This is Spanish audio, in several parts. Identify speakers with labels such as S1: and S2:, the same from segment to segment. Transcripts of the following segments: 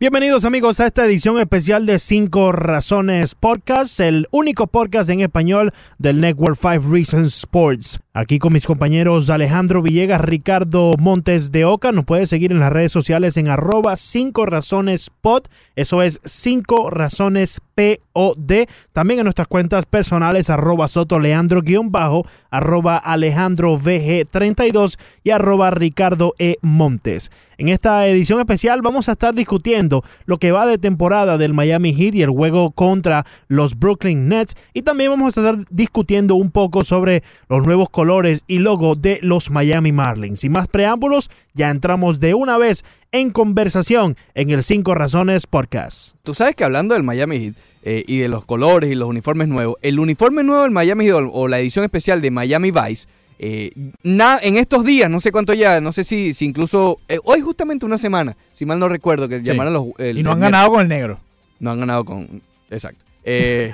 S1: Bienvenidos amigos a esta edición especial de 5 Razones Podcast, el único podcast en español del Network 5 Reasons Sports. Aquí con mis compañeros Alejandro Villegas, Ricardo Montes de Oca. Nos puedes seguir en las redes sociales en arroba 5 Razones Pod. Eso es 5 Razones POD. También en nuestras cuentas personales arroba Soto Leandro guión bajo, arroba Alejandro VG32 y arroba Ricardo E. Montes. En esta edición especial vamos a estar discutiendo lo que va de temporada del Miami Heat y el juego contra los Brooklyn Nets. Y también vamos a estar discutiendo un poco sobre los nuevos colores y logo de los Miami Marlins. Sin más preámbulos, ya entramos de una vez en conversación en el 5 Razones Podcast.
S2: Tú sabes que hablando del Miami Heat eh, y de los colores y los uniformes nuevos, el uniforme nuevo del Miami Heat o la edición especial de Miami Vice, eh, na- en estos días, no sé cuánto ya, no sé si, si incluso eh, hoy justamente una semana, si mal no recuerdo, que llamaron los... el-
S3: Y no han
S2: el-
S3: ganado con el negro.
S2: No han ganado con... Exacto. Eh,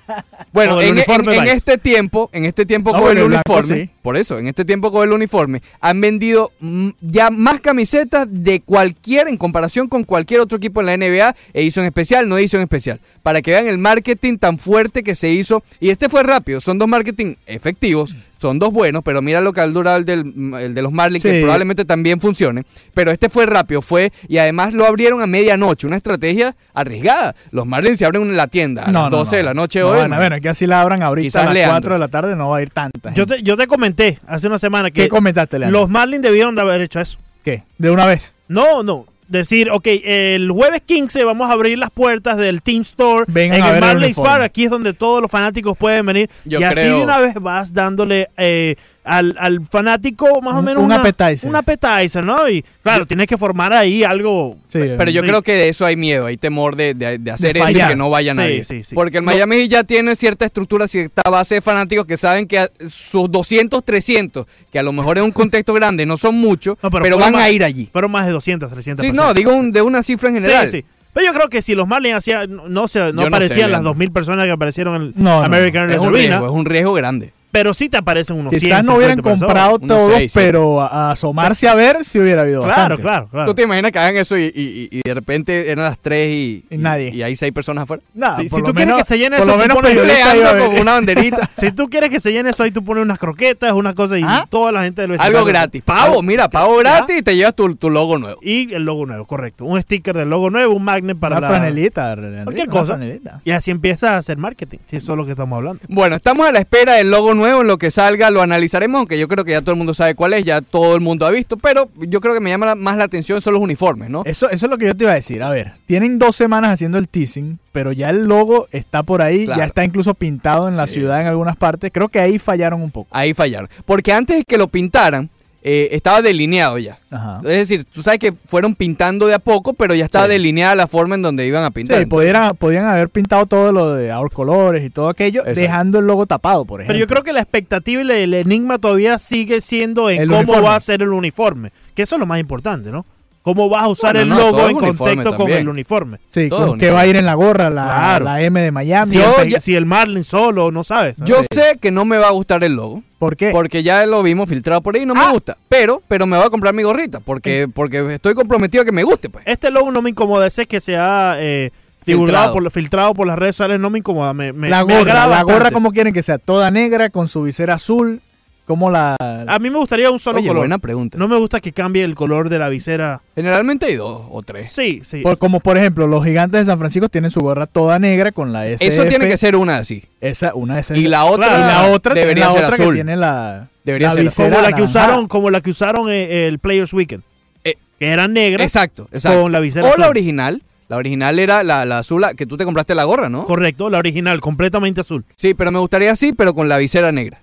S2: bueno,
S1: Con el
S2: en, en-
S1: uniforme
S2: en
S1: Vice.
S2: este tiempo, en este tiempo
S3: No,
S2: con el
S3: bueno, el blanco
S2: uniforme,
S3: sí.
S2: por eso, en este tiempo con el uniforme, han vendido mm, ya más camisetas de cualquier, en comparación con cualquier otro equipo en la NBA, edición e especial, no edición especial, para que vean el marketing tan fuerte que se hizo. Y este fue rápido, son dos marketing efectivos, son dos buenos, pero mira lo que ha durado el, del- mm, el de los Marlins, que
S3: Sí.
S2: probablemente también funcione, pero este fue rápido, fue, y además lo abrieron a medianoche, una estrategia arriesgada. Los Marlins se abren en la tienda a las 12 de la noche
S3: No,
S2: hoy.
S3: Bueno, bueno, es que así la abran ahorita
S2: Quizás
S3: a las
S2: Leandro.
S3: 4 de la tarde, no va a ir tanta.
S1: Yo
S3: gente.
S1: te, yo te comenté hace una semana
S3: ¿Qué
S1: que
S3: comentaste, Leandro?
S1: los Marlins debieron de haber hecho eso.
S3: ¿Qué? De una vez.
S1: No, no. Decir, ok, el jueves 15 vamos a abrir las puertas del Team Store
S3: Vengan
S1: en
S3: a
S1: el
S3: ver el
S1: Marlins
S3: uniforme.
S1: Bar. Aquí es donde todos los fanáticos pueden venir.
S2: Yo
S1: y así
S2: creo-
S1: de una vez vas dándole eh, al, al fanático más o
S3: Un-
S1: menos
S3: un
S1: una-
S3: appetizer.
S1: un appetizer, ¿no? Y claro, tienes que formar ahí algo.
S3: Sí,
S2: Pero yo
S1: Sí.
S2: creo que de eso hay miedo, hay temor de, de- de hacer
S3: De
S2: eso y
S3: fallar.
S2: que no vaya
S1: Sí,
S2: nadie.
S1: sí, sí.
S2: Porque el
S1: No.
S2: Miami Heat ya tiene cierta estructura, cierta base de fanáticos que saben que a- sus 200, 300, que a lo mejor en un contexto grande no son muchos,
S1: No,
S2: pero,
S1: fueron
S2: van a
S1: más-
S2: ir allí.
S1: Fueron más de 200, 300
S2: Sí,
S1: personas.
S2: no, digo un- de una cifra en general.
S1: Sí, sí. Pero yo creo que si los Marlins hacían, no, no se, no
S2: Yo no sé,
S1: aparecían las
S2: Leandro.
S1: 2.000 personas que aparecieron en el
S3: No, no,
S1: American
S2: Es
S1: Airlines
S2: un
S1: Arena,
S2: riesgo, es un riesgo grande.
S1: pero sí te aparecen unos
S3: Quizás
S1: 100,
S3: no hubieran
S1: 50 personas.
S3: comprado
S2: Unos
S3: todos,
S2: seis, sí.
S3: pero a, a asomarse a ver si hubiera habido
S1: Claro,
S3: bastante.
S1: claro, claro.
S2: ¿Tú te imaginas que hagan eso y, y- y- y de repente eran las 3 y,
S3: Y nadie.
S2: Y, hay 6 personas afuera?
S3: Nah,
S1: Si-
S3: por
S1: si
S3: lo
S1: tú quieres
S3: menos-
S1: que se llene eso,
S3: por lo
S1: tú
S3: menos
S1: pones-
S3: periodista iba a
S2: Leandro
S3: ver.
S2: con una banderita.
S1: Si tú quieres que se llene eso, ahí tú pones unas croquetas, una cosa y
S3: ¿Ah?
S1: toda la gente lo
S2: Algo gratis. Pavo, mira, pavo gratis y te llevas tu, tu logo nuevo.
S1: Y el logo nuevo, correcto. Un sticker del logo nuevo, un magnet para
S3: Una
S1: la.
S3: franelita, Leandrito,
S1: Cualquier
S3: una
S1: cosa.
S3: franelita.
S1: Y así empiezas a hacer marketing, si eso es lo que estamos hablando.
S2: Bueno, estamos a la espera del logo nuevo, en lo que salga lo analizaremos, aunque yo creo que ya todo el mundo sabe cuál es, ya todo el mundo ha visto, pero yo creo que me llama la- más la atención son los uniformes, ¿no?
S3: Eso, eso es lo que yo te iba a decir. A ver, tienen dos semanas haciendo el teasing, pero ya el logo está por ahí,
S2: Claro.
S3: ya está incluso pintado en la
S2: Sí,
S3: ciudad
S2: sí.
S3: en algunas partes. Creo que ahí fallaron un poco.
S2: Ahí fallaron. Porque antes de que lo pintaran, eh, estaba delineado ya.
S1: Ah.
S3: Ajá.
S2: Es decir, tú sabes que fueron pintando de a poco, pero ya estaba
S3: Sí.
S2: delineada la forma en donde iban a pintar.
S3: Sí,
S1: pues,
S3: pudiera- podían haber pintado todo lo de Our Colores y todo aquello,
S2: Exacto.
S3: dejando el logo tapado, por ejemplo.
S1: Pero yo creo que la expectativa y el enigma todavía sigue siendo en
S3: El
S1: cómo
S3: uniforme.
S1: va a ser el uniforme, que eso es lo más importante, ¿no? Cómo vas a usar
S2: Bueno,
S1: el
S2: no, todo
S1: logo
S2: el
S1: en
S2: uniforme
S1: contexto con
S2: también.
S1: el uniforme.
S3: Sí,
S2: Todo
S3: con que
S2: uniforme.
S3: va a ir en la gorra la,
S1: Claro.
S3: la M de Miami.
S1: Si, el,
S2: Yo
S1: pe-
S2: ya-
S1: si el Marlin solo, no sabes.
S2: Yo sé que no me va a gustar el logo,
S3: ¿Por qué?
S2: porque ya lo vimos filtrado por ahí y no
S1: Ah.
S2: me gusta. Pero, pero me voy a comprar mi gorrita, porque, porque estoy comprometido a que me guste, pues.
S1: Este logo no me incomoda, ese que se ha eh, divulgado,
S2: Filtrado.
S1: por, filtrado por las redes sociales, no me incomoda. Me, me-
S3: la
S1: me
S3: gorra,
S1: agrada
S3: la gorra
S1: bastante.
S3: como quieren que sea, toda negra con su visera azul, como la...
S1: A mí me gustaría un solo
S2: Oye,
S1: color.
S2: buena pregunta.
S1: No me gusta que cambie el color de la visera.
S2: Generalmente hay dos o tres.
S1: Sí, sí.
S3: por- como por ejemplo, los gigantes de San Francisco tienen su gorra toda negra con la S.
S2: Eso tiene que ser una así.
S3: Esa, una S.
S2: Y la otra,
S3: y la otra tiene
S2: debería
S3: la
S2: ser
S3: otra que
S2: azul.
S3: tiene la...
S2: Debería
S3: la
S2: ser
S3: visera
S1: como la que
S3: anaranjada.
S1: usaron, como la que usaron eh, el Players Weekend.
S2: Eh,
S1: que era negra
S2: Exacto, exacto.
S1: con la visera
S2: O
S1: azul.
S2: la original, La original era la, la azul, la- que tú te compraste la gorra, ¿no?
S1: Correcto, la original, completamente azul.
S2: Sí, pero me gustaría así, pero con la visera negra.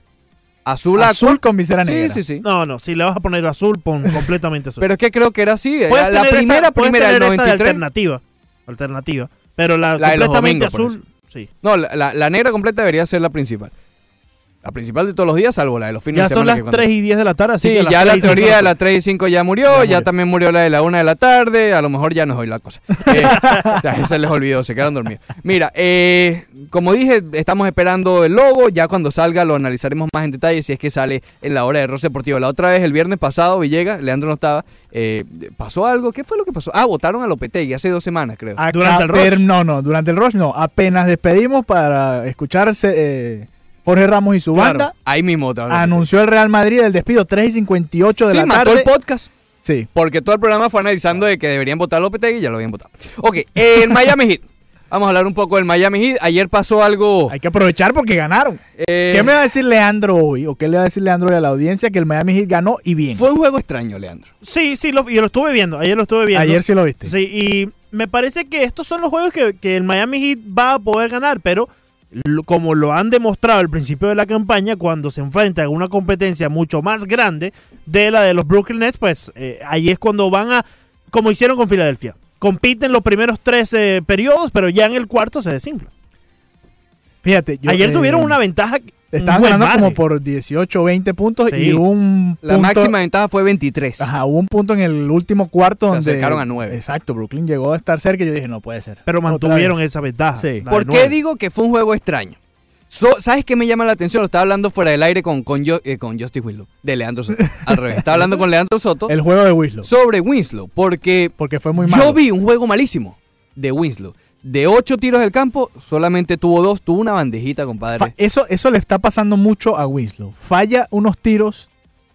S2: Azul,
S3: Azul
S2: aqua.
S3: con visera negra.
S2: Sí, sí, sí.
S1: No, no, si le vas a poner azul, pon completamente azul.
S2: Pero es que creo que era así. eh,
S1: Puedes
S2: La, la
S1: tener esa-
S2: primera,
S1: puedes
S2: primera del
S1: tener esa de
S2: 93.
S1: alternativa. Alternativa. Pero la,
S2: La de los
S1: completamente
S2: domingos, por
S1: azul, sí.
S2: No, la, la- la negra completa debería ser la principal. La principal de todos los días, salvo la de los fines
S1: Ya
S2: de
S1: son
S2: semana.
S1: las
S2: que cuando-
S1: 3 y 10 de la tarde, así
S2: Sí,
S1: que las
S2: ya la
S1: 3 y cinco
S2: teoría de
S1: la-
S2: la 3 y 5 ya murió, ya,
S1: Ya murió.
S2: también murió la de la 1 de la tarde, a lo mejor ya nos hoy la cosa. Eh, ya se les olvidó, se quedaron dormidos. Mira, eh, como dije, estamos esperando el logo, ya cuando salga lo analizaremos más en detalle si es que sale en la hora de Rosa Deportivo. La otra vez, el viernes pasado, Villegas, Leandro no estaba, eh, ¿pasó algo? ¿Qué fue lo que pasó? Ah, votaron a Lopetegui hace dos semanas, creo.
S3: Acá
S1: Durante el
S3: ter-
S1: rush.
S3: No, no, durante el rush no. Apenas despedimos para escucharse eh, Jorge Ramos y su
S1: Claro.
S3: banda.
S2: Ahí mismo votaron. a Lopetegui.
S3: Anunció el Real Madrid el despido 3 y 58 Ah, de
S2: Sí,
S3: la
S2: mató
S3: tarde.
S2: el podcast.
S3: sí.
S2: Porque todo el programa fue analizando de que deberían votar a Lopetegui y ya lo habían votado. Ok, el Miami Heat. Vamos a hablar un poco del Miami Heat. Ayer pasó
S1: Oh.
S2: algo.
S3: Hay que aprovechar porque ganaron.
S2: eh,
S3: ¿Qué me va a decir Leandro hoy? ¿O qué le va a decir Leandro hoy a la audiencia? Que el Miami Heat ganó y bien.
S2: Fue un juego extraño, Leandro.
S1: Sí, sí, lo, yo lo estuve viendo. Ayer lo estuve viendo.
S3: Ayer sí lo viste.
S1: Sí, y me parece que estos son los juegos que, que el Miami Heat va a poder ganar, pero lo- como lo han demostrado al principio de la campaña, cuando se enfrentan a una competencia mucho más grande de la de los Brooklyn Nets, pues eh, ahí es cuando van a, como hicieron con Filadelfia, compiten los primeros tres eh, periodos, pero ya en el cuarto se desinfla.
S3: Fíjate, yo,
S1: Ayer
S3: eh,
S1: tuvieron una ventaja. un
S3: Estaban
S1: buen
S3: ganando como
S1: margen.
S3: por 18 o 20 puntos
S1: Sí.
S3: y hubo un
S2: La
S3: punto-
S2: máxima ventaja fue 23.
S3: Ajá, hubo un punto en el último cuarto
S2: Se
S3: donde.
S2: acercaron a nueve.
S3: Exacto, Brooklyn llegó a estar cerca y yo dije, no puede ser.
S1: Pero
S3: Otra
S1: mantuvieron
S3: vez.
S1: esa ventaja.
S3: Sí. Ah,
S1: la de
S2: ¿Por qué
S1: nueve.
S2: digo que fue un juego extraño? So- ¿Sabes qué me llama la atención? Lo estaba hablando fuera del aire con, con, Jo- eh, con Justice Winslow, de Leandro Soto. Al revés, estaba hablando con Leandro Soto
S3: El juego de Winslow.
S2: sobre Winslow, porque
S3: porque fue muy malo.
S2: Yo vi un juego malísimo de Winslow. De ocho tiros del campo, solamente tuvo dos. Tuvo una bandejita,
S3: Fa-
S2: compadre.
S3: eso, eso le está pasando mucho a Winslow. Falla unos tiros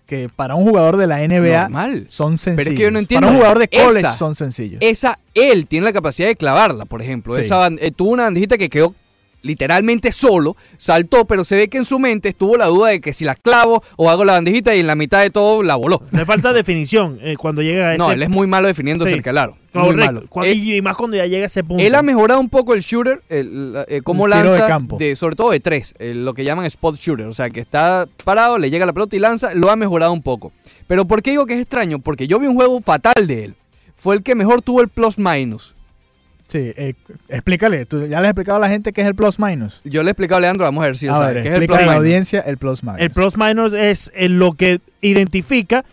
S3: que para un jugador de la NBA
S2: Normal.
S3: son sencillos.
S2: yo no entiendo.
S3: Para un jugador de college
S2: Esa- e
S3: son sencillos.
S2: Esa, él tiene la capacidad de clavarla, por ejemplo.
S3: Sí.
S2: Esa ban- eh, tuvo una bandejita que quedó literalmente solo, saltó, pero se ve que en su mente estuvo la duda de que si la clavo o hago la bandejita y en la mitad de todo la voló.
S1: Le falta definición eh, cuando
S3: Ah,
S1: llega a ese
S2: No, él es muy malo definiendo
S1: Sí.
S2: cerca del aro. Muy
S1: Correcto.
S2: malo.
S1: Cu-
S2: Eh,
S1: y, y más cuando ya llega a ese punto.
S2: Él ha mejorado un poco el shooter, el, la- eh, cómo
S3: El tiro de
S2: lanza, de
S3: campo.
S2: sobre todo de tres, eh, lo que llaman spot shooter, o sea, que está parado, le llega la pelota y lanza, lo ha mejorado un poco. Pero ¿por qué digo que es extraño? Porque yo vi un juego fatal de él. Fue el que mejor tuvo el plus minus.
S3: Sí, eh, explícale. Tú ya le has explicado a la gente qué es el plus minus.
S2: Yo le he explicado a Leandro, vamos a ver si lo
S3: a
S2: sabe,
S3: ver,
S2: que es el plus
S3: explícale a la
S2: minus.
S3: audiencia el plus minus.
S1: El plus minus es eh, lo que identifica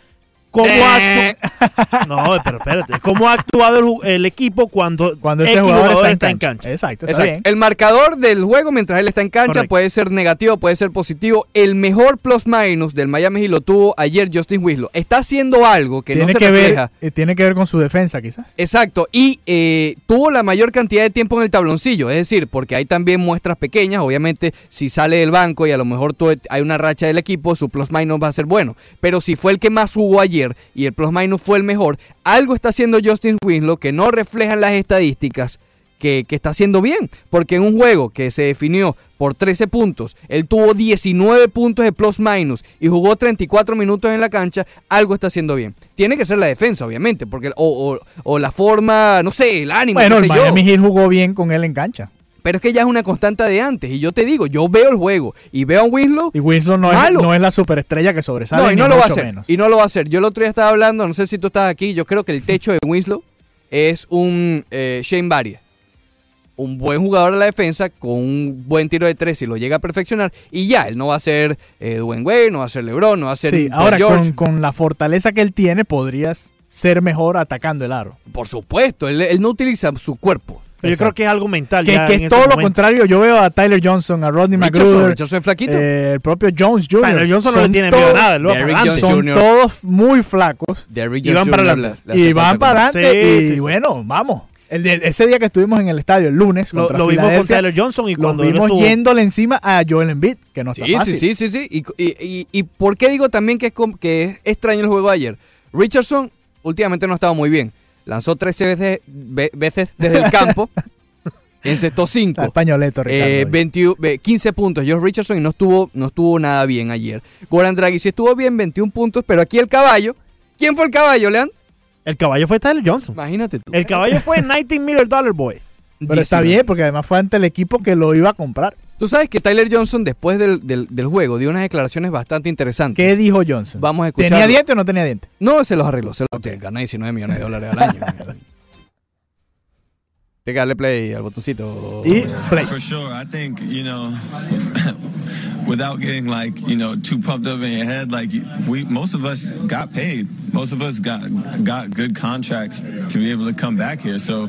S1: cómo
S2: Eh.
S1: actúa. No, pero espérate. Cómo ha actuado el, ju- el equipo cuando,
S3: cuando ese
S1: X
S3: jugador, está, en cancha. Exacto, está
S2: Exacto.
S3: bien.
S2: El marcador del juego mientras él está en cancha
S1: Correcto.
S2: puede ser negativo, puede ser positivo. El mejor plus minus del Miami Heat lo tuvo ayer Justin Winslow. Está haciendo algo que
S3: tiene
S2: no se
S3: que
S2: refleja.
S3: ver, eh, tiene que ver con su defensa, quizás.
S2: Exacto, y eh, tuvo la mayor cantidad de tiempo en el tabloncillo, es decir, porque hay también muestras pequeñas, obviamente si sale del banco y a lo mejor tú- hay una racha del equipo, su plus minus va a ser bueno, pero si fue el que más jugó ayer y el plus minus fue el mejor, algo está haciendo Justin Winslow que no reflejan las estadísticas que, que está haciendo bien, porque en un juego que se definió por 13 puntos, él tuvo 19 puntos de plus minus y jugó 34 minutos en la cancha, algo está haciendo bien. Tiene que ser la defensa, obviamente, porque o, o- o la forma, no sé, el ánimo,
S3: Bueno,
S2: qué
S3: el
S2: sé
S3: Miami
S2: yo.
S3: Heat jugó bien con él en cancha.
S2: Pero es que ya es una constante de antes, y yo te digo, yo veo el juego y veo a Winslow
S3: Y Winslow no es,
S2: Malo.
S3: no es la superestrella que sobresale.
S2: no, y
S3: ni
S2: no lo va a
S3: mucho
S2: hacer.
S3: menos.
S2: Y no lo va a hacer. Yo el otro día estaba hablando, no sé si tú estás aquí, yo creo que el techo de Winslow es un eh, Shane Barrier. Un buen jugador de la defensa con un buen tiro de tres y lo llega a perfeccionar. Y ya, él no va a ser eh, Dwayne Wade, no va a ser LeBron, no va a ser
S3: Sí,
S2: Paul
S3: ahora
S2: George.
S3: con, con la fortaleza que él tiene, podrías ser mejor atacando el aro.
S2: Por supuesto, él, él no utiliza su cuerpo.
S1: Pero yo
S3: Exacto.
S1: creo que es algo mental.
S3: Que,
S1: ya
S3: que
S1: en
S3: es
S1: ese
S3: todo lo
S1: momento.
S3: contrario. Yo veo a Tyler Johnson, a Rodney
S2: Richardson,
S3: McGruder,
S2: Richardson es flaquito.
S3: eh, el propio Jones Jr.
S1: Tyler Johnson no le
S3: Son
S1: tiene miedo a
S3: todos-
S1: nada. Lo va
S2: Derrick
S1: para adelante.
S2: Johnson.
S3: Son
S2: Jr..
S3: todos muy flacos
S2: Derrick
S1: y van
S2: Jones
S1: para
S2: Jr.
S1: adelante.
S2: le- le hace
S3: y van
S2: falta
S3: para
S2: como-
S3: adelante.
S1: Sí,
S3: y
S1: sí, sí.
S3: bueno, vamos. El de- ese día que estuvimos en el estadio, el lunes,
S1: Lo,
S3: contra
S1: lo vimos con
S3: Filadelfia,
S1: Tyler Johnson y
S3: lo
S1: cuando él
S3: vimos
S1: estuvo-
S3: yéndole encima a Joel Embiid, que no está
S2: Sí,
S3: fácil.
S2: sí, sí, sí, sí. Y, y- y- y por qué digo también que es, com- que es extraño el juego de ayer? Richardson últimamente no ha estado muy bien. Lanzó 13 veces, ve- veces desde el campo. encestó
S3: Está
S2: 5.
S3: españoleto, Ricardo.
S2: Eh,
S3: hoy.
S2: 21, ve- 15 puntos. Josh Richardson y no estuvo, no estuvo nada bien ayer. Goran Draghi sí estuvo bien, 21 puntos. Pero aquí el caballo. ¿Quién fue el caballo, Lean?
S1: El caballo fue Tyler Johnson.
S2: Imagínate tú.
S1: El caballo fue 19 Miller Dollar Boy.
S3: Pero está
S2: 19.
S3: bien, porque además fue ante el equipo que lo iba a comprar.
S2: Tú sabes que Tyler Johnson, después del, del- del juego, dio unas declaraciones bastante interesantes.
S3: ¿Qué dijo Johnson?
S2: Vamos a escuchar.
S3: ¿Tenía diente o no tenía diente?
S2: No, se los arregló. Se los Te gana 19 millones de dólares al año. Te que darle play al botoncito.
S3: Y play.
S4: For sure. I think, you know, without getting like, you know, too pumped up in your head, like we most of us got paid. Most of us got got good contracts to be able to come back here. So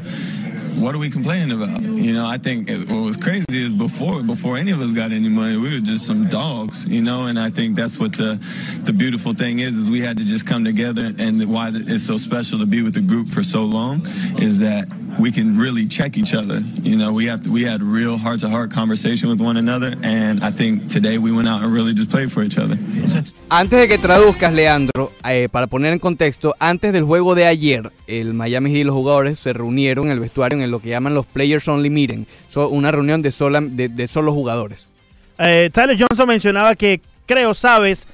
S4: what are we complaining about? You know, I think it, what was crazy is before before any of us got any money, we were just some dogs, you know, and I think that's what the the beautiful thing is is we had to just come together and why it's so special to be with the group for so long is that we can really check each other. You know, we have to, we had real heart to heart conversation with one another and I think today we went out and really just played for each other.
S2: Antes de que traduzcas, Leandro, eh, para poner en contexto, antes del juego de ayer, el Miami Heat y los jugadores se reunieron en el vestuario en lo que llaman los Players Only Meeting. So- una reunión de, sola, de, de solo jugadores.
S1: Eh, Tyler Johnson mencionaba que, creo, sabes,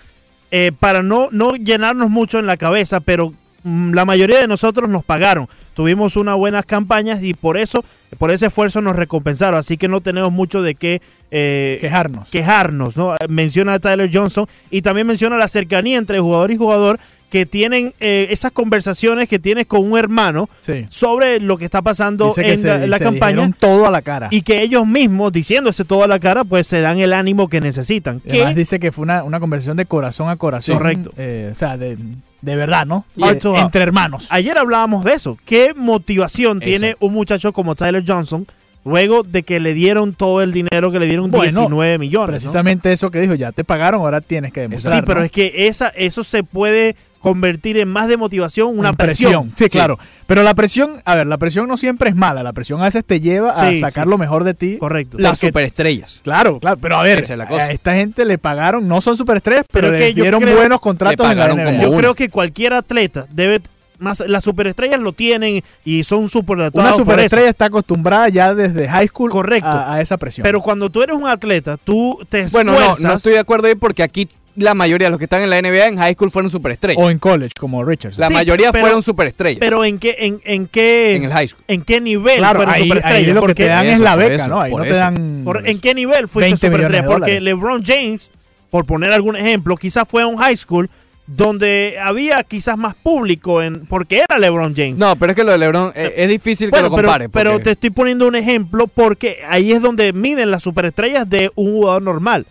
S1: eh, para no, no llenarnos mucho en la cabeza, pero mm, la mayoría de nosotros nos pagaron. Tuvimos unas buenas campañas y por eso, por ese esfuerzo nos recompensaron. Así que no tenemos mucho de qué eh,
S3: Quejarnos.
S1: quejarnos, ¿no? Eh, Menciona a Tyler Johnson y también menciona la cercanía entre jugador y jugador que tienen eh, esas conversaciones que tienes con un hermano
S3: Sí.
S1: sobre lo que está pasando
S3: Dice que
S1: en
S3: se-
S1: la, la
S3: se
S1: campaña
S3: dijeron todo a la cara.
S1: y que ellos mismos, diciéndose todo a la cara, pues se dan el ánimo que necesitan.
S3: Y Además
S1: Que-
S3: dice que fue una, una conversación de corazón a corazón.
S1: Correcto.
S3: Eh, o sea, de, de verdad, ¿no?
S1: Y-
S3: Eh, entre hermanos.
S1: ayer hablábamos de eso. ¿Qué motivación tiene
S2: Exacto.
S1: un muchacho como Tyler Johnson luego de que le dieron todo el dinero que le dieron
S3: Bueno,
S1: 19 millones? ¿no?
S3: Precisamente eso que dijo, ya te pagaron, ahora tienes que demostrar.
S1: Sí, pero
S3: ¿no?
S1: es que esa, eso se puede convertir en más de motivación una
S3: En
S1: presión.
S3: Sí, claro. Pero la presión, a ver, la presión no siempre es mala. La presión a veces te lleva a
S1: Sí,
S3: sacar
S1: sí.
S3: lo mejor de ti.
S1: Correcto.
S2: Las
S3: Porque-
S2: superestrellas.
S3: Claro, claro. Pero a ver,
S2: Esa es la cosa.
S3: a esta gente le pagaron, no son superestrellas, pero,
S1: Pero es
S3: les
S1: que yo
S3: dieron
S1: creo-
S3: buenos contratos
S2: Le
S3: en la
S2: pagaron
S3: NBA.
S2: como
S1: Yo
S2: uno.
S1: creo que cualquier atleta debe más las superestrellas lo tienen y son superdotados
S3: Una
S1: por eso.
S3: superestrella está acostumbrada ya desde high school
S1: Correcto.
S3: A, a esa presión.
S1: Pero cuando tú eres un atleta, tú te
S2: Bueno,
S1: esfuerzas.
S2: no, no estoy de acuerdo ahí porque aquí la mayoría de los que están en la NBA en high school fueron superestrellas.
S3: o en college, como Richards.
S2: La
S1: Sí,
S2: mayoría
S1: pero-
S2: fueron superestrellas
S1: Pero en qué, en, en qué,
S2: en el high school.
S1: en qué nivel
S3: Claro,
S1: fueron
S3: ahí,
S1: superestrellas.
S3: ahí lo que
S1: Porque-
S3: te dan
S2: Por
S3: es la
S2: eso, por
S3: beca,
S2: eso,
S3: ¿no? Ahí no
S2: por
S3: te
S2: eso.
S3: dan.
S1: por- ¿En qué nivel fuiste
S3: 20 millones de
S1: superestrella? Porque
S3: dólares.
S1: LeBron James, por poner algún ejemplo, quizás fue a un high school donde había quizás más público en porque era LeBron James.
S2: No, pero es que lo de LeBron eh, es difícil
S1: Bueno,
S2: que lo
S1: pero-
S2: compare.
S1: pero,
S2: porque-
S1: te estoy poniendo un ejemplo porque ahí es donde miden las superestrellas de un jugador normal.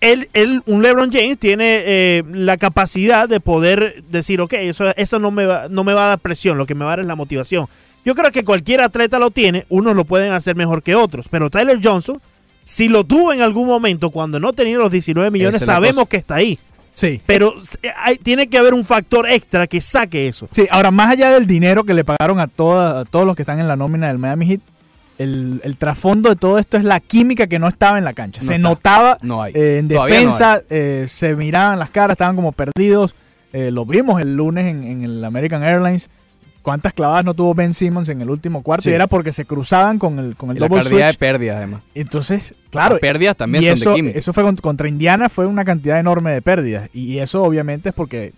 S1: Él, él, un LeBron James tiene eh, la capacidad de poder decir, ok, eso, eso no, me va, no me va a dar presión, lo que me va a dar es la motivación. Yo creo que cualquier atleta lo tiene, unos lo pueden hacer mejor que otros, pero Tyler Johnson, si lo tuvo en algún momento cuando no tenía los 19 millones,
S2: Esa es la
S1: sabemos
S2: cosa.
S1: que está ahí,
S3: Sí.
S1: pero eh, hay- tiene que haber un factor extra que saque eso.
S3: Sí, ahora, más allá del dinero que le pagaron a, toda- a todos los que están en la nómina del Miami Heat, el, el trasfondo de todo esto es la química que no estaba en la cancha.
S2: No
S3: se
S2: está.
S3: notaba
S2: No hay.
S3: eh, en
S2: Todavía
S3: defensa, eh, se miraban las caras, estaban como perdidos. Eh, lo vimos el lunes en, en el American Airlines. ¿Cuántas clavadas no tuvo Ben Simmons en el último cuarto?
S2: Sí.
S3: Y era porque se cruzaban con el, con el
S2: Y la
S3: double
S2: cantidad de
S3: switch.
S2: pérdidas, además.
S3: Entonces, claro,
S2: Las pérdidas también
S3: y
S2: son
S3: eso,
S2: de química.
S3: eso fue con- contra Indiana, fue una cantidad enorme de pérdidas. Y eso obviamente es porque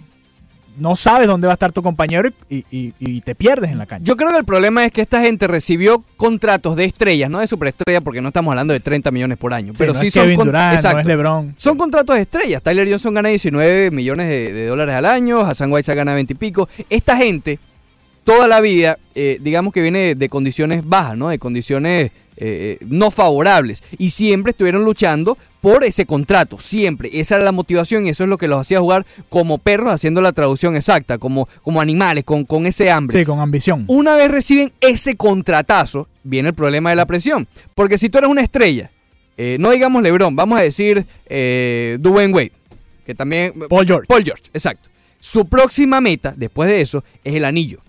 S3: no sabes dónde va a estar tu compañero y, y- y te pierdes en la cancha.
S2: Yo creo que el problema es que esta gente recibió contratos de estrellas, no de superestrellas, porque no estamos hablando de 30 millones por año.
S3: Sí,
S2: pero
S3: no
S2: sí
S3: es
S2: son
S3: Kevin
S2: con-
S3: Durant,
S2: exacto.
S3: no es LeBron.
S2: Son contratos de estrellas. Tyler Johnson gana 19 millones de, de dólares al año, Hassan Whiteside gana 20 y pico. Esta gente, toda la vida, eh, digamos que viene de, de condiciones bajas, ¿no? De condiciones eh, eh, no favorables. Y siempre estuvieron luchando por ese contrato, siempre. Esa era la motivación y eso es lo que los hacía jugar como perros, haciendo la traducción exacta, como, como animales, con, con ese hambre.
S3: Sí, con ambición.
S2: Una vez reciben ese contratazo, viene el problema de la presión. Porque si tú eres una estrella, eh, no digamos LeBron, vamos a decir eh, Dwayne Wade, que también...
S3: Paul George.
S2: Paul George, exacto. Su próxima meta, después de eso, es el anillo.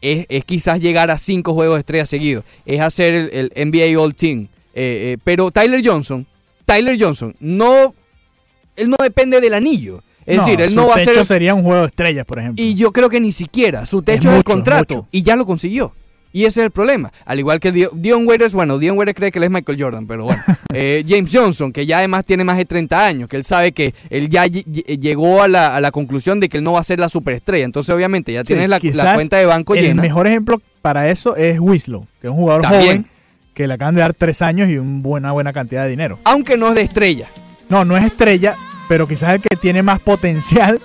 S2: Es, es quizás llegar a cinco juegos de estrella seguidos. Es hacer el, el NBA All Team. Eh, eh, pero Tyler Johnson, Tyler Johnson, no... Él no depende del anillo. Es
S3: No,
S2: decir, él
S3: su
S2: no va a
S3: techo
S2: ser...
S3: sería un juego de estrellas, por ejemplo.
S2: Y yo creo que ni siquiera. Su techo es, el
S3: mucho, es
S2: contrato.
S3: mucho.
S2: Y ya lo consiguió. Y ese es el problema. Al igual que Dio- Dion Waiters, bueno, Dion Waiters cree que él es Michael Jordan, pero bueno. Eh, James Johnson, que ya además tiene más de 30 años, que él sabe que él ya lle- lle- llegó a la, a la conclusión de que él no va a ser la superestrella. Entonces, obviamente, ya
S3: Sí,
S2: tienes la, la
S3: quizás
S2: cuenta de banco
S3: El
S2: llena.
S3: mejor ejemplo para eso es Winslow, que es un jugador
S2: También.
S3: joven que le acaban de dar tres años y una buena, buena cantidad de dinero.
S2: Aunque no es de estrella.
S3: No, no es estrella, pero quizás el que tiene más potencial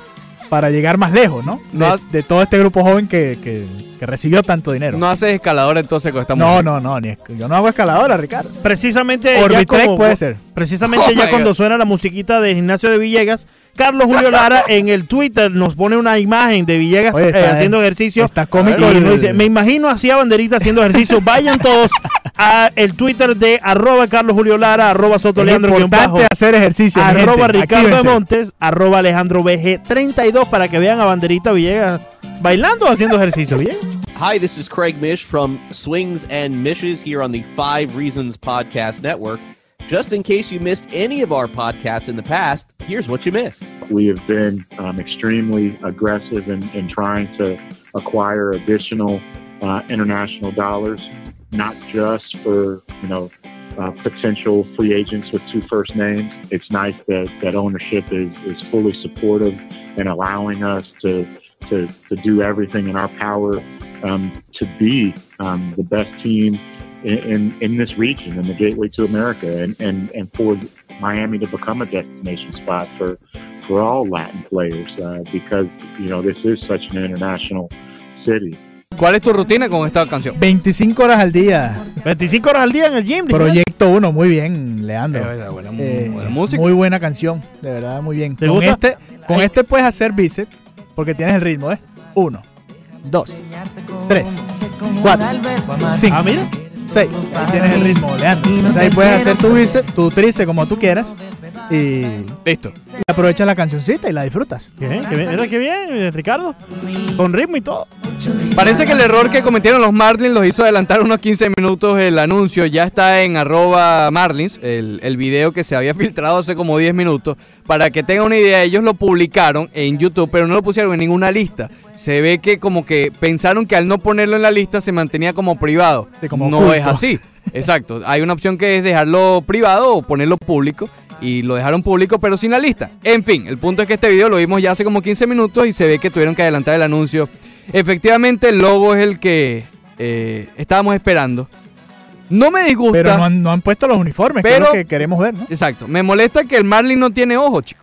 S3: para llegar más lejos, ¿no? De,
S2: No ha-
S3: de todo este grupo joven que, que- que recibió tanto dinero.
S2: No haces escalador entonces con esta
S3: no,
S2: mujer.
S3: no, no, ni es- yo no hago escaladora, Ricardo.
S1: Precisamente ya
S3: Orbitrek
S1: como-
S3: puede ser.
S1: Precisamente
S2: Oh my
S1: ya
S2: God.
S1: cuando suena la musiquita de Ignacio de Villegas, Carlos Julio Lara en el Twitter nos pone una imagen de Villegas
S3: Oye, está
S1: eh,
S3: bien.
S1: haciendo ejercicio.
S3: Está cómico.
S1: Y
S3: el-
S1: nos dice, me imagino así a banderita haciendo ejercicio. Vayan todos a el Twitter de arroba Carlos Julio Lara, arroba Soto
S3: es
S1: Leandro guión bajo,
S3: importante hacer ejercicio. mi
S1: arroba
S3: gente.
S1: Ricardo
S3: Actívense.
S1: Montes, arroba Alejandro BG32 para que vean a banderita Villegas bailando haciendo ejercicio. Bien.
S5: Hi, this is Craig Mish from Swings and Mishes here on the Five Reasons Podcast Network. Just in case you missed any of our podcasts in the past, here's what you missed.
S6: We have been um, extremely aggressive in, in trying to acquire additional uh, international dollars, not just for you know uh, potential free agents with two first names. It's nice that, that ownership is, is fully supportive and allowing us to to, to do everything in our power um, to be um, the best team. In, in, in this region, in the gateway to America, and, and, and for Miami to become a destination spot for for all Latin players uh, because you know this is such an international city.
S2: ¿Cuál es tu rutina con esta canción?
S3: 25 horas al día.
S1: 25 horas al día en el gym. Ricardo.
S3: Proyecto 1, muy bien, Leandro.
S2: Eh, buena,
S1: Mm,
S3: Eh,
S2: buena música.
S3: Muy buena canción, de verdad, muy bien.
S1: ¿Te
S3: Con,
S1: gusta?
S3: Este, con
S1: Ay.
S3: este puedes hacer bíceps porque tienes el ritmo, ¿eh? Uno, dos, tres, cuatro, cinco,
S1: Ah, mira.
S3: seis. Ahí tienes el ritmo, Leandro. Entonces ahí puedes hacer tu bíceps, tu tríceps como tú quieras y
S2: Listo.
S3: y aprovechas la cancioncita y la disfrutas.
S1: Qué bien, qué bien, mira qué bien, eh, Ricardo. Con ritmo y todo.
S2: Parece que el error que cometieron los Marlins los hizo adelantar unos 15 minutos el anuncio. Ya está en arroba Marlins, el, el video que se había filtrado hace como 10 minutos. Para que tengan una idea, ellos lo publicaron en YouTube, pero no lo pusieron en ninguna lista. Se ve que como que pensaron que al no ponerlo en la lista se mantenía como privado.
S3: Sí, como
S2: no
S3: oculto.
S2: es así. Exacto. Hay una opción que es dejarlo privado o ponerlo público. Y lo dejaron público pero sin la lista. En fin, el punto es que este video lo vimos ya hace como 15 minutos y se ve que tuvieron que adelantar el anuncio. Efectivamente, el logo es el que eh, estábamos esperando. No me disgusta.
S3: Pero no han, no han puesto los uniformes, que es
S2: Pero-
S3: lo que queremos ver, ¿no?
S2: Exacto. Me molesta que el Marlin no tiene ojo, chico.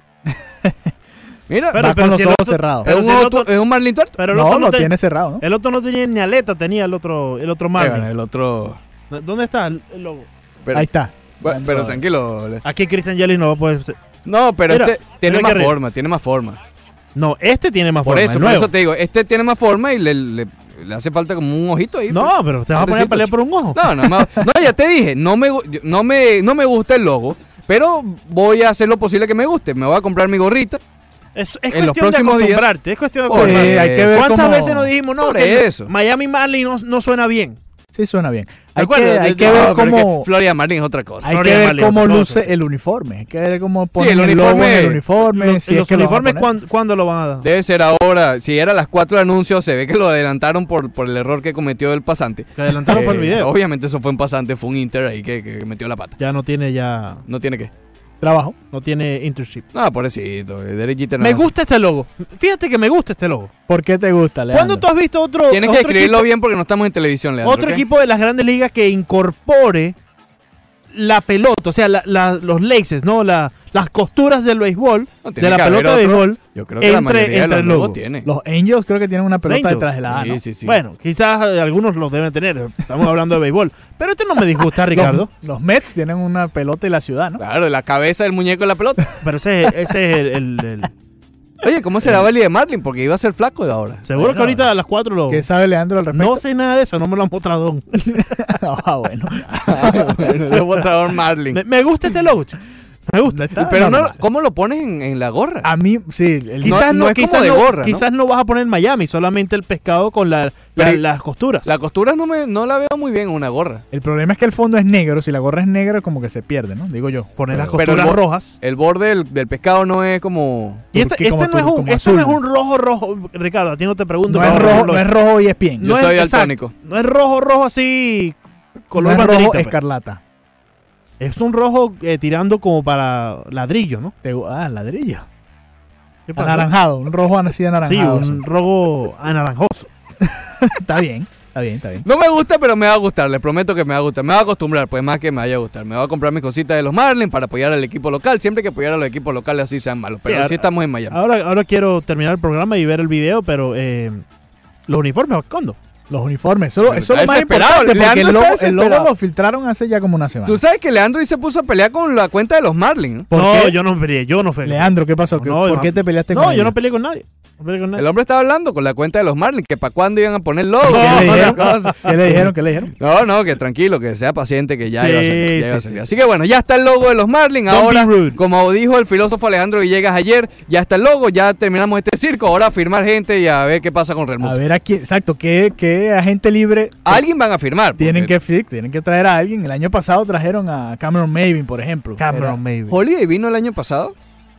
S2: Mira,
S1: Pero-
S3: Va con los
S1: si el
S3: ojos
S1: otro-
S3: cerrados.
S1: pero
S2: es, eh,
S1: si
S2: un
S1: el
S2: ojo
S1: otro-
S2: tu- es un Marlin tuerto.
S1: Pero el
S3: no,
S1: otro
S3: lo
S1: te-
S3: tiene cerrado, ¿no?
S1: El otro no tenía ni aleta, tenía el otro, el otro
S2: Eh,
S1: Marlin.
S2: bueno, el otro.
S1: ¿Dónde está el el logo?
S2: Pero,
S3: Ahí está.
S2: bueno, pero tranquilo. le-
S1: Aquí Christian Yelich no va a poder. ser-
S2: No, pero
S1: Mira,
S2: este tiene
S1: mira
S2: más
S1: que re-
S2: forma, tiene más forma.
S1: No, este tiene más
S2: Por
S1: forma.
S2: eso,
S1: el
S2: por
S1: nuevo.
S2: eso te digo, este tiene más forma y le, le- le hace falta como un ojito ahí. pues.
S1: No, pero te vas a poner a
S2: Pobrecito,
S1: pelear por un ojo.
S2: No, no, no, no, ya te dije, no me, gu- no, me, no me gusta el logo, pero voy a hacer lo posible que me guste. Me voy a comprar mi gorrita.
S1: Es, es
S2: en
S1: cuestión
S2: los
S1: de
S2: próximos días-
S1: acostumbrarte. Es cuestión de
S2: Por
S1: acostumbrarte.
S2: eso.
S3: hay que ver
S1: Pues, ¿Cuántas
S3: cómo-
S1: veces nos dijimos no?
S2: Por
S1: que
S2: eso.
S1: Miami Marlin no, no suena bien.
S3: Sí, suena bien. Hay que,
S1: acuerdas?
S3: hay
S1: De-
S3: que
S1: de-
S3: ver
S2: No, pero es que
S3: cómo...
S2: Florida Marlin es otra cosa.
S3: Hay
S1: Florida
S3: que ver
S1: Marley,
S3: cómo
S1: otra
S3: luce
S1: cosa, sí.
S3: el uniforme. Hay que ver cómo
S2: Sí,
S3: ponen
S2: el
S3: el, logo en el
S2: uniforme-
S3: uniforme. si es
S1: los
S3: que lo van a
S1: uniformes,
S3: poner.
S1: ¿cuándo, cuándo lo van a dar?
S2: Debe ser ahora, si era a las 4 de anuncio, se ve que lo adelantaron por, por el error que cometió el pasante.
S1: Que adelantaron por el
S2: Eh,
S1: video.
S2: Obviamente eso fue un pasante, fue un Inter ahí que, que metió la pata.
S1: Ya no tiene, ya.
S2: No tiene que.
S3: Trabajo.
S1: No tiene internship.
S2: No, pobrecito, eh, Derek Jeter no
S1: Me
S2: es así.
S1: gusta este logo. Fíjate que me gusta este logo.
S3: ¿Por qué te gusta, Leandro?
S1: ¿Cuándo tú has visto otro.
S2: Tienes que
S1: otro
S2: escribirlo
S1: equipo-
S2: bien porque no estamos en televisión, Leandro.
S1: otro
S2: ¿ok?
S1: equipo de las grandes ligas que incorpore la pelota, o sea, la- la- los laces, ¿no? La- las costuras del béisbol,
S2: No, tiene
S1: de la
S2: que haber
S1: pelota de
S2: otro.
S1: béisbol.
S2: Yo creo que la
S1: entre-
S2: mayoría de
S1: entre
S2: los
S1: el
S2: logos
S1: logo.
S2: tiene.
S3: Los Angels creo que tienen una pelota
S1: Angels.
S3: detrás de la A, ¿no?
S2: Sí, sí, sí.
S1: Bueno, quizás eh, algunos los deben tener, estamos hablando de béisbol. Pero este no me disgusta, Ricardo.
S3: Los, los Mets tienen una pelota y la ciudad, ¿no?
S2: Claro, la cabeza del muñeco de la pelota.
S1: Pero ese, ese es el... el- el-
S2: Oye, ¿cómo será Bali de Marlin? Porque iba a ser flaco de ahora.
S1: Seguro
S3: Bueno,
S1: que ahorita a las 4 lo...
S3: ¿Qué sabe Leandro al respecto?
S1: No sé nada de eso, no me lo han mostrado aún.
S3: ah, bueno.
S2: El mostrador Marlin.
S1: Me, me gusta este logo. chico. Me gusta.
S3: Está
S2: Pero Ah, no, Ah.
S3: normal.
S2: ¿cómo lo pones en, en la gorra?
S3: A mí, sí. el-
S2: Quizá- no es como de gorra, ¿no?
S1: quizás no vas a poner Miami, solamente el pescado con la- la-
S2: Pero-
S1: las costuras.
S2: La costura no, me, no la veo muy bien en una gorra.
S3: el problema es que el fondo es negro. Si la gorra es negra, como que se pierde, ¿no? Digo yo.
S1: poner las
S2: pero el
S1: costuras
S2: bo-
S1: rojas.
S2: El borde del, del pescado no es como...
S1: Y este,
S3: Porque como
S1: este no, es
S3: tur-
S1: un,
S3: como
S1: este no es
S3: azul.
S1: un rojo rojo, Ricardo, a ti no te pregunto.
S3: No es
S1: pero-
S3: rojo, no es rojo y es bien.
S2: Yo soy daltónico.
S1: exacto, No es rojo rojo así color
S3: no es rojo
S1: banderita, pues.
S3: escarlata.
S1: Es un rojo eh, tirando como para ladrillo, ¿no?
S3: Te- ah, ladrillo.
S1: ¿Qué pasó?
S3: Anaranjado. Un rojo así
S1: Sí,
S3: anaranjado.
S1: un rojo anaranjoso.
S3: Está bien. Está bien, está bien.
S2: No me gusta, pero me va a gustar. Les prometo que me va a gustar. Me va a acostumbrar, pues más que me vaya a gustar. Me va a comprar mis cositas de los Marlins para apoyar al equipo local. Siempre hay que apoyar a los equipos locales, así sean malos. Pero
S1: Sí,
S2: sí,
S1: ahora-
S2: estamos en Miami.
S1: Ahora, ahora quiero terminar el programa y ver el video, pero eh, los uniformes, ¿cuándo?
S3: Los uniformes. Eso,
S2: Pero
S3: eso es lo
S2: está
S3: más
S2: desesperado,
S3: importante porque
S2: Leandro
S3: el logo,
S2: está
S3: el logo
S2: desesperado.
S3: lo filtraron hace ya como una semana.
S2: Tú sabes que Leandro y se puso a pelear con la cuenta de los Marlins.
S3: ¿Por
S1: no,
S3: qué?
S1: yo no me peleé, yo no fui.
S3: Leandro, ¿qué pasó? ¿Qué-
S1: No,
S3: ¿Por
S1: no.
S3: qué te peleaste con
S1: No, yo
S3: ella?
S1: no peleé con nadie. No peleé con
S2: ¿no?
S1: nadie.
S2: El hombre estaba hablando con la cuenta de los Marlins, que para cuándo iban a poner logo.
S1: No,
S2: que
S3: ¿Qué le
S2: no sé
S3: dijeron?
S2: qué cosa.
S3: ¿Qué le dijeron? ¿Qué le dijeron?
S2: No, no, que tranquilo, que sea paciente, que ya iba a salir.
S1: Sí,
S2: ya iba a
S1: sí,
S2: salir.
S1: sí,
S2: Así que bueno, ya está el logo de los Marlins.
S1: Don't be
S2: Ahora,
S1: rude.
S2: como dijo el filósofo Alejandro Villegas ayer, ya está el logo, ya terminamos este circo. Ahora a firmar gente y a ver qué pasa con
S3: A
S2: Realmuto.
S3: ver aquí, exacto, ¿qué, qué agente libre
S2: A Alguien van a firmar.
S3: tienen
S2: porque
S3: que fi- tienen que traer a alguien? El año pasado trajeron a Cameron Maven, por ejemplo.
S1: Cameron, maybe.
S2: Holiday vino el año pasado.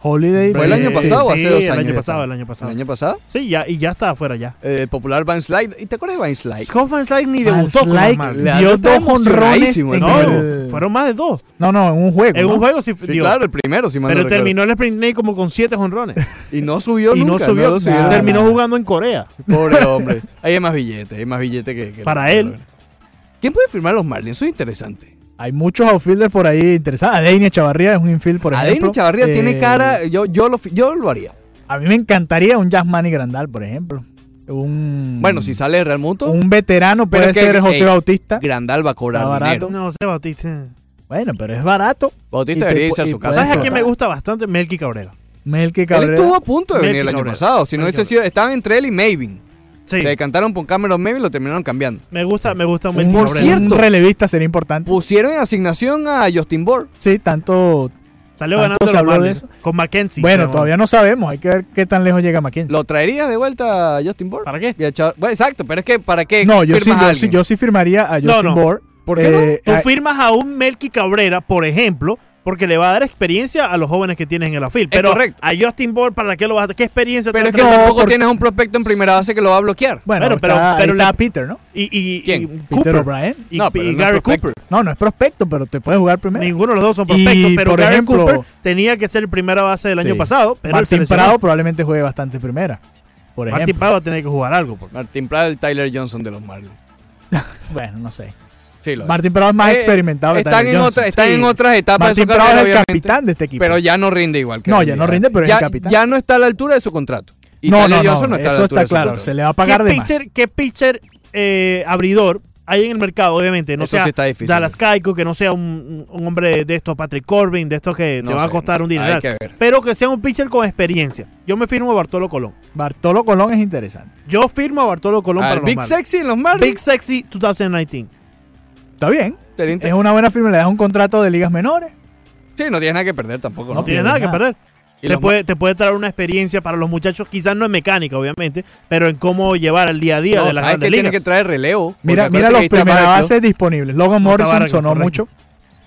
S3: Era Holiday.
S2: ¿Fue el año
S3: Sí,
S2: pasado o
S1: sí,
S2: hace dos
S1: el
S2: años
S1: año
S2: ya
S1: pasado,
S2: estaba?
S1: el año pasado.
S2: El año pasado,
S1: Sí, ya, y ya está afuera ya.
S2: eh, el popular Van Slide. ¿Y te acuerdas de Van Slide?
S1: Scott Van Slyke ni
S3: Van
S1: debutó con la
S3: Slyke
S1: Marlins.
S2: le-
S3: Dio
S2: Leandro está
S3: dos honrones.
S2: emocionadísimo,
S3: en
S1: No,
S3: el-
S1: fueron más de dos.
S3: no, no, en un juego.
S1: En
S3: ¿no?
S1: un jujuego sí,
S2: Sí,
S1: dio.
S2: claro, el primero, si mal no
S1: Pero
S2: recuerdo.
S1: terminó el sprint inning como con siete honrones.
S2: Y no subió
S1: y no
S2: nunca,
S1: subió.
S2: lo subieron.
S3: nada.
S1: terminó jugando en Corea.
S2: Pobre hombre. Ahí hay más billete, hay más billete que... que-
S1: Para
S2: que-
S1: él.
S2: ¿Quién puede firmar a los Marlins? Eso es interesante.
S3: Hay muchos outfielders por ahí interesados. Adeine Chavarría es un infield, por ejemplo.
S2: Adeline Chavarría
S3: Eh,
S2: tiene cara... Yo, yo, lo, fi- yo lo haría.
S3: A mí me encantaría un Yasmani Grandal, por ejemplo. Un,
S2: Bueno, si sale de Real Muto,
S3: un veterano
S2: Pero
S3: puede
S2: que-
S3: ser José
S2: eh,
S3: Bautista.
S2: Grandal va a cobrar
S3: Está barato.
S2: dinero.
S1: No, sé, Bautista.
S3: Bueno, pero es barato.
S2: Bautista
S3: Y te
S2: debería irse
S3: pu-
S2: a
S3: y pues,
S2: su
S3: puedes
S2: casa.
S1: ¿Sabes a
S3: total.
S1: quién me gusta bastante? Melky Cabrera.
S3: Melky
S2: Él
S3: Cabrera.
S2: estuvo a punto de
S1: Melky
S2: venir el año
S1: Cabrera.
S2: pasado. Si no
S1: Melky
S2: hubiese sido... Estaban entre él y Maven.
S1: Sí,
S2: Se decantaron por Cameron Maven y lo terminaron cambiando.
S1: me gusta, me gusta
S3: Un,
S1: Melky
S2: Por
S3: un
S1: Cabrera.
S2: cierto.
S3: relevista sería importante.
S2: Pusieron en asignación a Justin Bohr.
S3: Sí, tanto.
S1: Salió
S3: Tanto
S1: ganando
S3: se
S1: los
S3: habló de
S1: Marlins
S3: eso.
S1: con Mackenzie.
S3: bueno,
S1: pero-
S3: todavía no sabemos. Hay que ver qué tan lejos llega McKenzie.
S2: ¿Lo traerías de vuelta a Justin Bohr?
S1: ¿Para qué?
S2: Y a Chavar- Bueno, exacto, pero es que ¿para qué
S3: No, yo sí,
S2: firmas a
S3: yo, sí,
S2: alguien?
S3: yo sí firmaría a Justin
S1: No, no.
S3: Bohr.
S2: ¿Por qué
S3: Eh,
S1: Tú
S3: a-
S1: firmas a un Melky Cabrera, por ejemplo, porque le va a dar experiencia a los jóvenes que tienes en el afil.
S2: Es
S1: Pero
S2: correcto.
S1: a Justin Bohr, ¿para qué lo vas a ¿Qué experiencia
S2: Pero
S1: te
S2: es
S1: va
S2: que
S1: a traer?
S2: tampoco
S3: porque-
S2: tienes un prospecto en primera base que lo va a bloquear.
S3: bueno,
S1: bueno, pero-
S3: pero,
S1: pero
S3: está
S1: la-
S3: Peter, ¿no?
S1: Y, y, y
S2: ¿Quién?
S3: Peter
S1: Cooper.
S3: O'Brien.
S1: Y,
S2: No,
S1: y
S2: pero no es
S1: Gary
S2: prospecto.
S1: Cooper.
S3: No, no es prospecto, pero te puede jugar primero.
S1: Ninguno de los dos son prospectos,
S3: Y,
S1: pero
S3: por
S1: Gary
S3: ejemplo,
S1: Cooper tenía que ser primera base del año
S3: Sí.
S1: pasado. Pero él
S3: Martín
S1: seleccionó.
S3: Prado probablemente juegue bastante primera. Por
S1: Martín
S3: ejemplo.
S1: Prado va a tener que jugar algo. porque-
S2: Martín Prado, el Tyler Johnson de los Marlins.
S3: Bueno, no sé.
S2: Sí, lo es.
S3: Martín Prado es más
S2: Eh,
S3: experimentado que
S2: Están,
S3: Tyler
S2: en,
S3: Johnson.
S2: otra- están en
S1: sí.
S2: otras etapas
S3: Martín
S2: de su carrera,
S3: Prado es el
S2: obviamente,
S3: capitán de este equipo.
S2: Pero ya no rinde igual. que
S3: No,
S2: rendía
S3: ya no rinde, pero es
S2: ya,
S3: el capitán.
S2: Ya no está a la altura de su contrato. Y
S3: no,
S2: Tyler
S3: no, no,
S2: Johnson no está a la
S3: eso
S2: altura
S3: está
S2: de su
S3: claro.
S2: contrato.
S3: Se le va a pagar
S1: ¿Qué
S3: de más.
S1: pitcher, ¿Qué pitcher eh, abridor hay en el mercado, obviamente? No
S2: Eso
S1: sea
S2: sí está difícil.
S1: Dallas Keiko, que no sea un, un hombre de estos, Patrick Corbin, de estos que te
S2: No
S1: va a
S2: sé,
S1: costar un
S2: Hay
S1: dineral.
S2: que ver.
S1: Pero que sea un pitcher con experiencia. Yo me firmo a Bartolo Colón.
S3: Bartolo Colón es interesante.
S1: Yo firmo a Bartolo Colón
S2: Al
S1: para los
S2: Big
S1: Marlins.
S2: Sexy en los Marlins.
S1: Big Sexy 2019.
S3: Está bien.
S2: Sería inter-
S3: Es una buena firma. Le das un contrato de ligas menores.
S2: Sí, no tiene nada que perder tampoco.
S3: No
S2: ¿no?
S1: No tienes
S3: pierdes
S1: nada que
S3: nada.
S1: perder.
S2: Y
S1: Te
S2: los-
S1: puede, te puede traer una experiencia para los muchachos, quizás no en mecánica, obviamente, pero en cómo llevar el día a día
S2: No,
S1: de las
S2: ¿sabes
S1: grandes
S2: que tiene
S1: ligas.
S2: que traer relevo.
S3: Mira,
S2: Porque
S3: mira
S2: acuérdate
S3: los
S2: que ahí está
S3: primeras
S2: Barclays.
S3: bases disponibles. Logan
S1: No está
S3: Morrison
S1: Barclays,
S3: sonó
S1: correcto.
S3: mucho.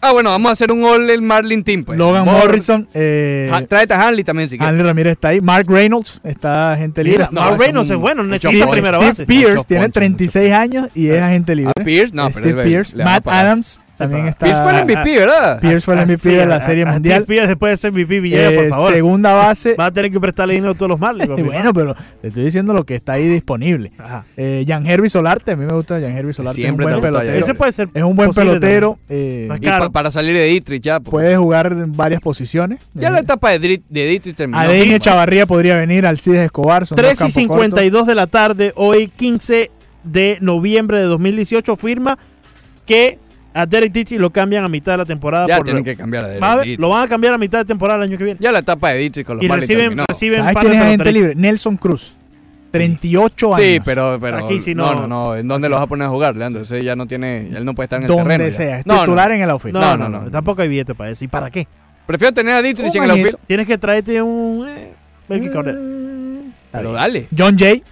S2: Ah, bueno, vamos a hacer un All el Marlin Team, pues. Ah,
S3: Logan
S2: Bor-
S3: Morrison, eh,
S2: Ja- Tráete a Hanley también, si quieres.
S3: Andy Ramírez está ahí. Mark Reynolds está gente libre.
S1: Mira,
S2: No,
S1: Mark
S2: eso es
S1: Reynolds
S2: un-
S1: es bueno,
S2: un
S1: necesita
S2: chapón.
S1: primera
S3: Steve
S1: base.
S3: Pierce
S2: Mucho
S3: tiene
S2: poncho,
S3: 36 años y es agente
S2: A
S3: libre.
S2: Ah, Pierce, no, pero
S3: Steve
S2: le-
S3: Pierce.
S2: le van a
S3: Matt
S2: pagar.
S3: Adams también
S1: pero-
S3: está.
S2: Pierce fue el MVP, ¿verdad?
S3: Pierce
S1: Ah,
S3: fue el MVP de la Serie Mundial.
S1: Steve Pierce después de ser MVP Villegas,
S3: Eh,
S1: por favor.
S3: Segunda base.
S1: Va a tener que prestarle dinero a todos los Marlins. papi.
S3: bueno, pero te estoy diciendo lo que está ahí disponible.
S1: Ajá.
S3: Eh, Jan Hervey Solarte, a mí me gusta Jan Hervey Solarte.
S2: Siempre
S3: es
S2: te
S3: un buen
S2: gusta Jan
S3: pelotero.
S1: Ese puede ser
S3: Es un buen
S1: posible
S3: pelotero. eh,
S1: No es
S2: Y pa-
S1: Claro.
S2: para salir de Dietrich ya. pues.
S3: puede jugar en varias posiciones.
S2: Ya la etapa de, Dri- de Dietrich terminó.
S3: Adeine
S2: pues.
S3: Chavarría podría venir, Alcides Escobar. son dos
S1: 3 ¿eh? y
S3: campos
S1: 52 de la tarde, hoy 15 de noviembre de 2018, firma que a Derek Dietrich lo cambian a mitad de la
S3: Ah,
S1: temporada.
S2: Ya
S1: por
S2: tienen
S1: lo,
S2: que cambiar a
S1: Va a ver,
S2: Dietrich.
S1: lo van a cambiar a mitad de temporada el año que viene.
S2: Ya la etapa de Dietrich con los
S1: Y
S2: Marlins
S1: reciben,
S2: terminó.
S1: reciben
S3: cortos. ¿Sabes
S1: par de
S3: quién es agente
S1: peloteros.
S3: libre? Nelson Cruz. 38 años.
S2: Sí, pero, pero
S1: Aquí sí
S2: no,
S1: no.
S2: no, no, ¿en dónde los va a poner a jugar, Leandro? Ese ya no tiene, él no puede estar en el
S3: Donde
S2: terreno. ya.
S3: sea. es
S2: No, no,
S3: titular en el outfield.
S1: No
S2: No,
S1: no, no,
S2: no, no.
S1: Tampoco hay billete para eso. ¿Y para qué?
S2: Prefiero tener a Dietrich en el
S1: Manito,
S2: outfield.
S1: Tienes que traerte un. eh, Melky Cabrera.
S2: Pero dale.
S3: John Jay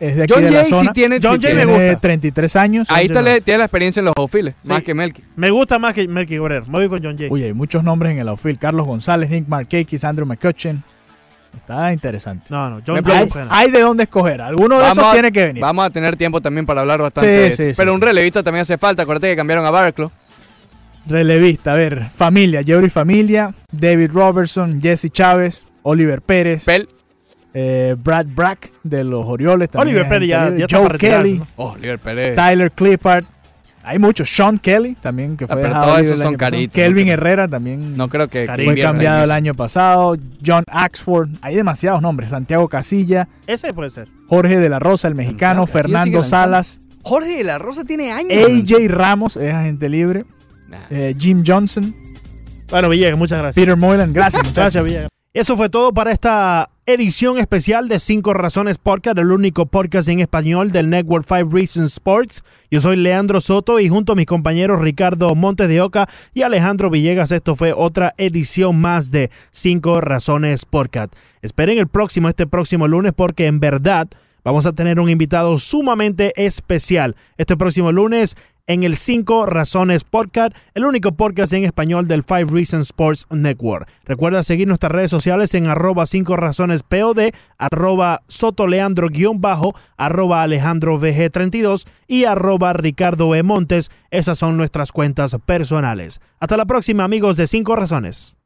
S3: es de aquí
S2: John
S3: de la
S2: Jay sí
S3: zona.
S2: tiene.
S1: John
S2: sí
S1: Jay
S2: tiene-
S1: me gusta.
S3: 33 años.
S2: Ahí
S1: John
S2: está
S1: Jay.
S2: le- tiene la experiencia en los outfields, más que Melky.
S1: Me gusta más que Melky Cabrera. Me voy con John Jay.
S3: Uy, hay muchos nombres en el outfield. Carlos González, Nick Markakis, Andrew McCutcheon. Está interesante.
S1: No, no, John
S2: Me
S1: Jay.
S3: hay,
S1: no fue nada.
S3: hay de dónde escoger. Alguno de esos
S2: a,
S3: tiene que venir.
S2: vamos a tener tiempo también para hablar bastante. de
S3: Sí,
S2: esto.
S3: sí, sí,
S2: Pero
S3: sí.
S2: un relevista también hace falta. Acuérdate que cambiaron a Barclow.
S3: Relevista, a ver. Familia, Jeffrey Familia, David Robertson, Jesse Chávez, Oliver Pérez,
S2: Pel.
S3: eh, Brad Brack de los Orioles. también
S1: Oliver
S3: es
S1: Pérez ya,
S3: gente
S1: ya
S3: libre.
S1: está
S3: Joe
S1: para retirarse,
S3: Kelly,
S1: ¿no?
S2: Oh, Oliver Pérez.
S3: Tyler Clippard. Hay muchos. Sean Kelly también, que
S2: Ah,
S3: fue
S2: pero
S3: dejado
S2: todos
S3: libre
S2: esos
S3: el
S2: son
S3: año pasado.
S2: caritos, no
S3: Kelvin
S2: creo.
S3: Herrera también.
S2: No creo que.
S3: Fue
S1: Bien,
S2: inviertan
S3: cambiado
S2: en
S3: el
S2: eso.
S3: año pasado. John Axford. Hay demasiados nombres. Santiago Casilla,
S1: Ese puede ser.
S3: Jorge de la Rosa, el mexicano,
S2: Santiago Casilla
S3: Fernando
S2: sigue lanzando.
S3: Salas,
S2: Jorge de la Rosa tiene años.
S3: AJ Ramos, es agente libre,
S2: Nah.
S3: eh, Jim Johnson,
S1: Bueno, Villegas, muchas gracias.
S3: Peter Moylan. Gracias, muchachos.
S1: Gracias, Villegas. Eso fue todo para esta edición especial de Cinco Razones Podcast, el único podcast en español del Network 5 Reasons Sports. Yo soy Leandro Soto y junto a mis compañeros Ricardo Montes de Oca y Alejandro Villegas, esto fue otra edición más de Cinco Razones Podcast. Esperen el próximo, este próximo lunes, porque en verdad vamos a tener un invitado sumamente especial. Este próximo lunes en el 5 Razones Podcast, el único podcast en español del Five Reasons Sports Network. Recuerda seguir nuestras redes sociales en arroba 5 Razones POD, arroba sotoleandro-bajo, arroba alejandrovg32 y arroba ricardo E. Montes. Esas son nuestras cuentas personales. Hasta la próxima amigos de 5 Razones.